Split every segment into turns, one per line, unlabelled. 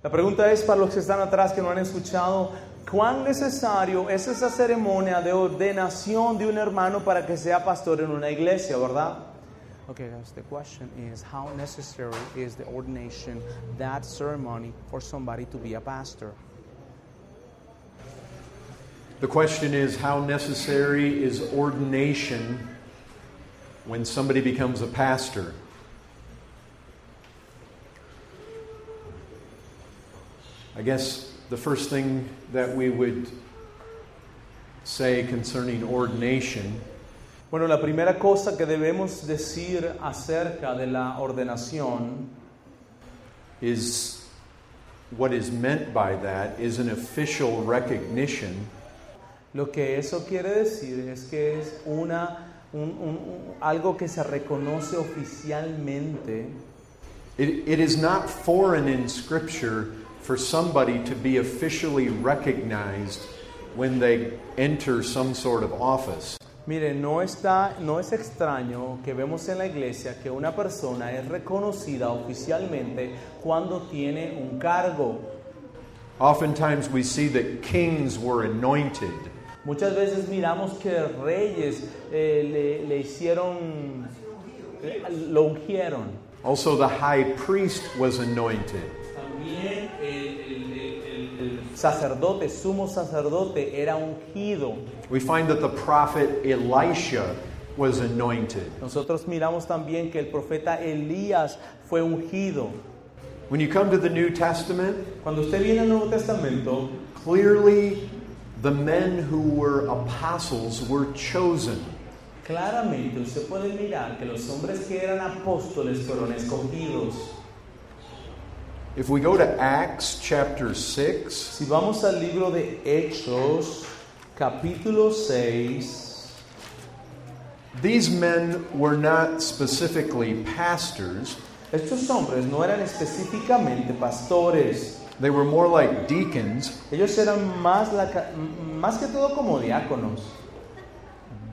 La pregunta es para los que están atrás que no han escuchado, ¿cuán necesario es esa ceremonia de ordenación de un hermano para que sea pastor en una iglesia, verdad?
Okay, guys, the question is how necessary is the ordination, that ceremony, for somebody to be a pastor?
The question is how necessary is ordination when somebody becomes a pastor? I guess the first thing that we would say concerning ordination
Bueno, la primera cosa que debemos decir acerca de la ordenación
is what is meant by that is an official recognition
Lo que eso quiere decir es que es una, un- un- un- algo que se reconoce oficialmente.
It, it is not foreign in Scripture for somebody to be officially recognized when they enter some sort of office.
Mire, no, está, no es extraño que vemos en la iglesia que una persona es reconocida oficialmente cuando tiene un cargo.
Oftentimes we see that kings were anointed,
Muchas veces miramos que reyes eh, le, le hicieron, eh, lo ungieron.
also, the high priest was anointed.
También el, sacerdote, sumo sacerdote, era ungido.
We find that the prophet Elisha was anointed.
Nosotros miramos también que el profeta Elías fue ungido.
When you come to the New Testament,
Cuando usted viene al Nuevo Testamento,
clearly the men who were apostles were chosen.
claramente usted puede mirar que los hombres que eran apóstoles fueron escogidos.
If we go to Acts chapter 6,
Si vamos al libro de Hechos, capítulo 6,
These men were not specifically pastors,
estos hombres no eran específicamente pastores,
they were more like deacons,
ellos eran más, la ca- más que todo como diáconos.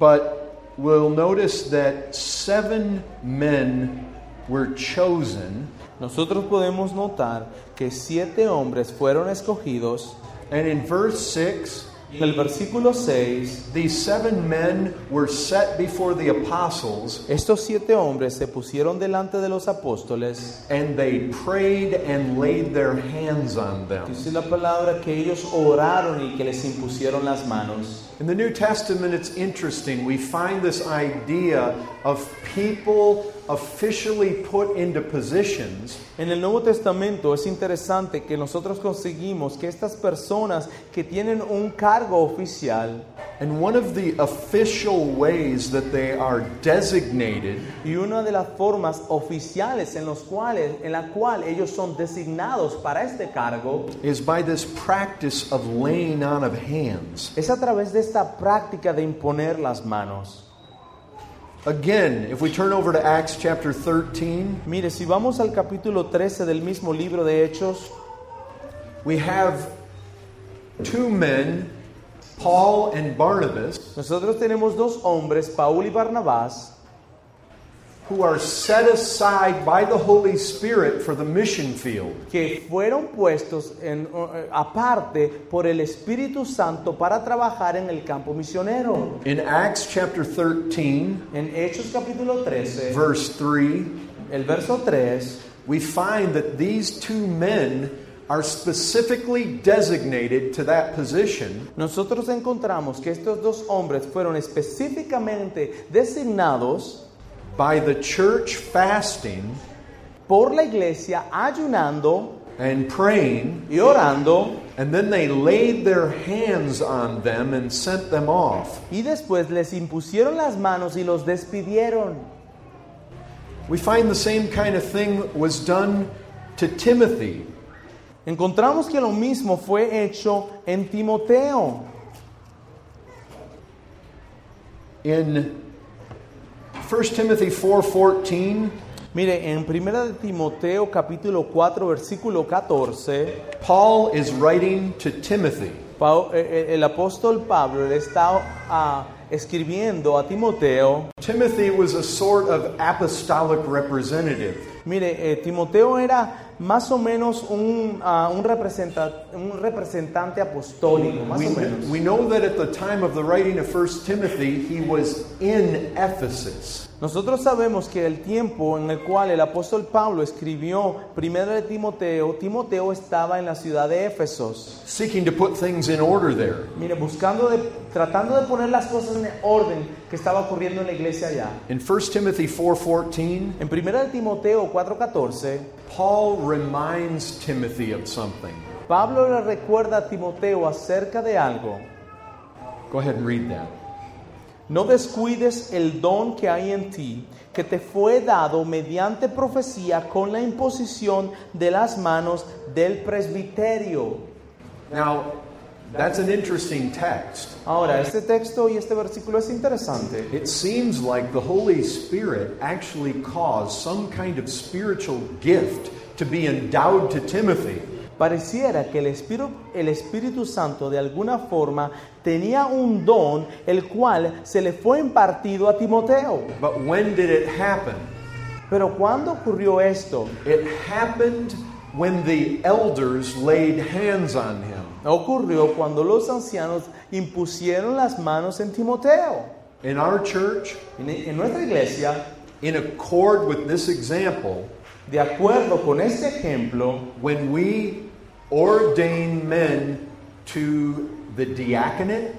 but we'll notice that seven men were chosen,
Nosotros podemos notar que siete hombres fueron escogidos.
and in verse 6,
En el versículo 6,
these seven men were set before the apostles,
estos siete hombres se pusieron delante de los apóstoles.
and they prayed and laid their hands on them.
Dice la palabra que ellos oraron y que les impusieron las manos.
In the New Testament, it's interesting. We find this idea of people officially put into positions.
En el Nuevo Testamento es interesante que nosotros conseguimos que estas personas que tienen un cargo oficial
And one of the official ways that they are designated
y una de las formas oficiales en los cuales en la cual ellos son designados para este cargo
is by this practice of laying on of hands.
es a través de esta práctica de imponer las manos.
Again, if we turn over to Acts chapter 13,
Mire, si vamos al capítulo 13 del mismo libro de Hechos,
we have two men, Paul and Barnabas,
nosotros tenemos dos hombres, Paul y Barnabás,
who are set aside by the Holy Spirit for the mission field.
que fueron puestos en, eh, aparte por el Espíritu Santo para trabajar en el campo misionero.
In Acts chapter 13,
En Hechos capítulo 13,
verse 3,
el verso 3,
we find that these two men are specifically designated to that position,
nosotros encontramos que estos dos hombres fueron específicamente designados
by the church fasting
por la iglesia ayunando
and praying,
y orando
and then they laid their hands on them and sent them off.
Y después les impusieron las manos y los despidieron.
We find the same kind of thing was done to Timothy.
Encontramos que lo mismo fue hecho en Timoteo.
In 1 Timothy 4:14,
Mire, en 1 de Timoteo capítulo 4 versículo 14,
Paul is writing to Timothy.
Pau- eh, eh, el apóstol Pablo le está ah, escribiendo a Timoteo.
Timothy was a sort of apostolic representative.
Mire, eh, Timoteo era más o menos un, ah, un, representa- un representante apostólico, más
We,
o menos.
we know that at the time of the writing of 1 Timothy, he was in Ephesus.
Nosotros sabemos que el tiempo en el cual el apóstol Pablo escribió primero de Timoteo, Timoteo estaba en la ciudad de Éfesos.
seeking to put things in order there.
Mire, buscando de, tratando de poner las cosas en orden que estaba ocurriendo en la iglesia allá.
In 1 Timothy 4:14,
En primero de Timoteo 4:14,
Paul reminds Timothy of something.
Pablo le recuerda a Timoteo acerca de algo.
Go ahead and read that.
No descuides el don que hay en ti, que te fue dado mediante profecía con la imposición de las manos del presbiterio.
Now, that's an interesting text.
Ahora, este texto y este versículo es interesante.
It seems like the Holy Spirit actually caused some kind of spiritual gift to be endowed to Timothy.
Pareciera que el Espíritu, el Espíritu Santo de alguna forma tenía un don el cual se le fue impartido a Timoteo.
But when did it happen?
Pero ¿cuándo ocurrió esto?
It happened when the elders laid hands on him.
Ocurrió cuando los ancianos impusieron las manos en Timoteo.
In our church,
En, en nuestra iglesia,
in accord with this example,
de acuerdo con este ejemplo,
when we ordain men to the diaconate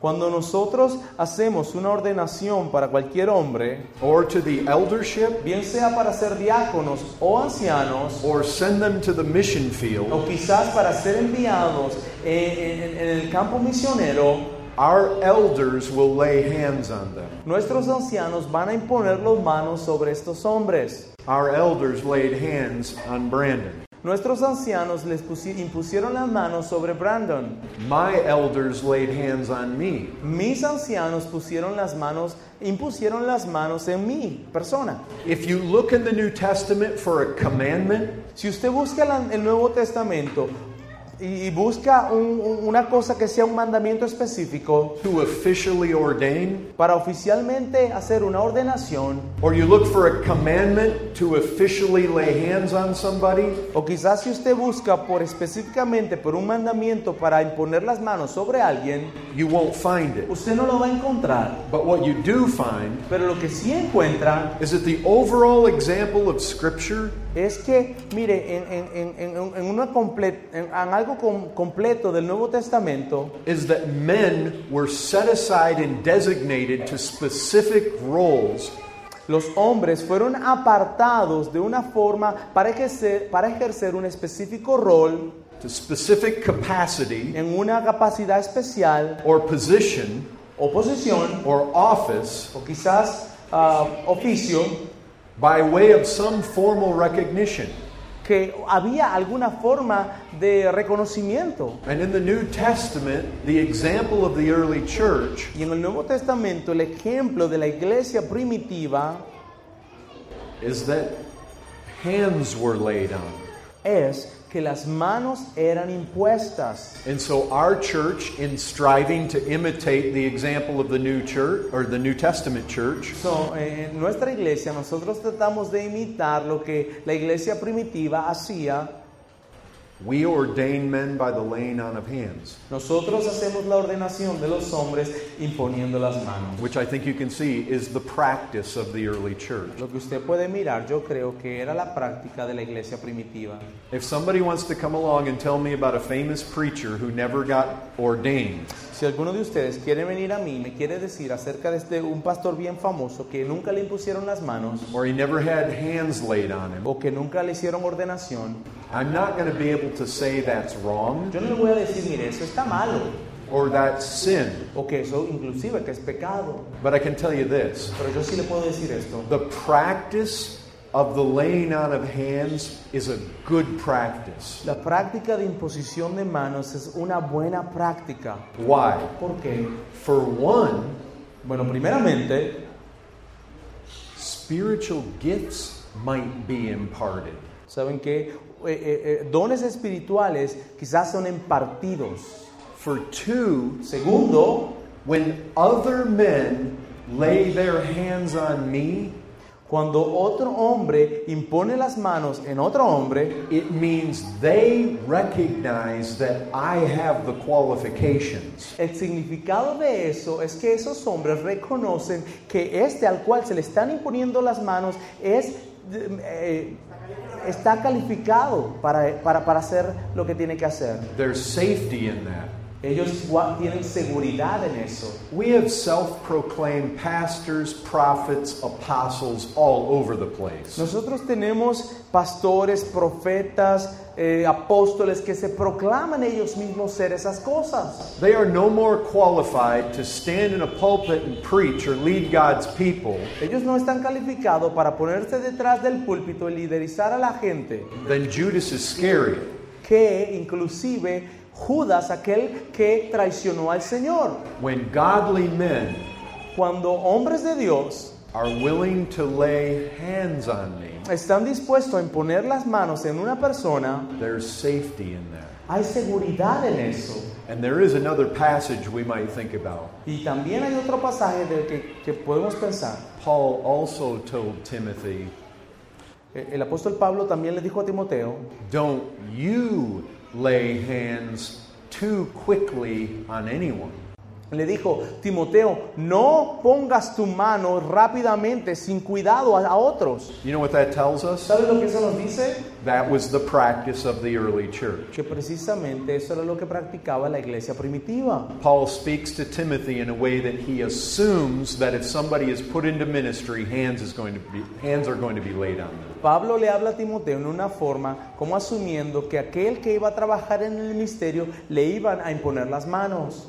cuando nosotros hacemos una ordenación para cualquier hombre,
or to the eldership
bien sea para ser diáconos o ancianos,
or send them to the mission field,
o quizás para ser enviados en, en- en el campo misionero,
our elders will lay hands on them.
nuestros ancianos van a imponer las manos sobre estos hombres.
Our elders laid hands on Brandon.
Nuestros ancianos les pusi- impusieron las manos sobre Brandon.
My elders laid hands on me.
Mis ancianos pusieron las manos, impusieron las manos en mi persona.
If you look in the New Testament for a commandment,
Si usted busca la- el Nuevo Testamento y, y busca un- un- una cosa que sea un mandamiento específico
to officially ordain,
para oficialmente hacer una ordenación,
or you look for a commandment to officially lay hands on somebody,
O quizás si usted busca por específicamente por un mandamiento para imponer las manos sobre alguien,
you won't find it.
usted no lo va a encontrar.
But what you do find
Pero lo que sí encuentra
is that the overall example of Scripture
es que, mire, en, en- en- en- en una comple- en, en algo com- completo del Nuevo Testamento,
is that men were set aside and designated to specific roles
los hombres fueron apartados de una forma para ejercer, para ejercer un específico rol
to specific capacity
en una capacidad especial
or position
o posición
or office
o quizás ah, oficio
by way of some formal recognition.
que había alguna forma de reconocimiento.
And in the New Testament, the example of the early church
Y en el Nuevo Testamento el ejemplo de la iglesia primitiva
is that hands were laid on.
es que las manos eran impuestas.
And so our church, in striving to imitate the example of the new church or the New Testament church,
So, eh, en nuestra iglesia nosotros tratamos de imitar lo que la iglesia primitiva hacía.
we ordain men by the laying on of hands,
Nosotros hacemos la ordenación de los hombres imponiendo las manos.
which I think you can see is the practice of the early church.
Lo que usted puede mirar, yo creo que era la práctica de la iglesia primitiva.
If somebody wants to come along and tell me about a famous preacher who never got ordained,
Si alguno de ustedes quiere venir a mí, me quiere decir acerca de este, un pastor bien famoso que nunca le impusieron las manos
or he never had hands laid on him,
o que nunca le hicieron ordenación,
I'm not going to be able to say that's wrong
yo no le voy a decir, mire, eso está malo
or that's sin,
o que eso inclusive que es pecado.
but I can tell you this
Pero yo sí le puedo decir esto.
The practice of the laying on of hands is a good practice.
La práctica de imposición de manos es una buena práctica.
Why?
¿Por qué?
For one,
Bueno, primeramente,
spiritual gifts might be imparted.
saben que eh, dones espirituales quizás son impartidos.
For two,
Segundo,
when other men lay their hands on me,
Cuando otro hombre impone las manos en otro hombre,
It means they recognize that I have the qualifications.
el significado de eso es que esos hombres reconocen que este al cual se le están imponiendo las manos es, eh, está calificado para, para, para hacer lo que tiene que hacer.
There's safety in that.
Ellos gua- tienen seguridad en eso.
We have self proclaimed pastors, prophets, apostles all over the place.
Nosotros tenemos pastores, profetas, eh, apóstoles que se proclaman ellos mismos ser esas cosas.
They are no more qualified to stand in a pulpit and preach or lead God's people
Ellos no están calificados para ponerse detrás del púlpito y liderizar a la gente,
than Judas Iscariot.
que inclusive Judas, aquel que traicionó al Señor.
When godly men
Cuando hombres de Dios
are willing to lay hands on me,
están dispuestos a imponer las manos en una persona,
there's safety in that.
hay seguridad en eso.
And there is another passage we might think about.
Y también hay otro pasaje del que- que podemos pensar.
Paul also told Timothy,
Eh, El apóstol Pablo también le dijo a Timoteo,
Don't you lay hands too quickly on anyone.
le dijo, Timoteo, no pongas tu mano rápidamente, sin cuidado, a, a otros.
You know what that tells us?
¿Sabes lo que eso nos dice?
That was the practice of the early church.
Que precisamente eso era lo que practicaba la iglesia primitiva.
Paul speaks to Timothy in a way that he assumes that if somebody is put into ministry, hands is going to be hands are going to be laid on them.
Pablo le habla a Timoteo en una forma como asumiendo que aquel que iba a trabajar en el ministerio le iban a imponer las manos.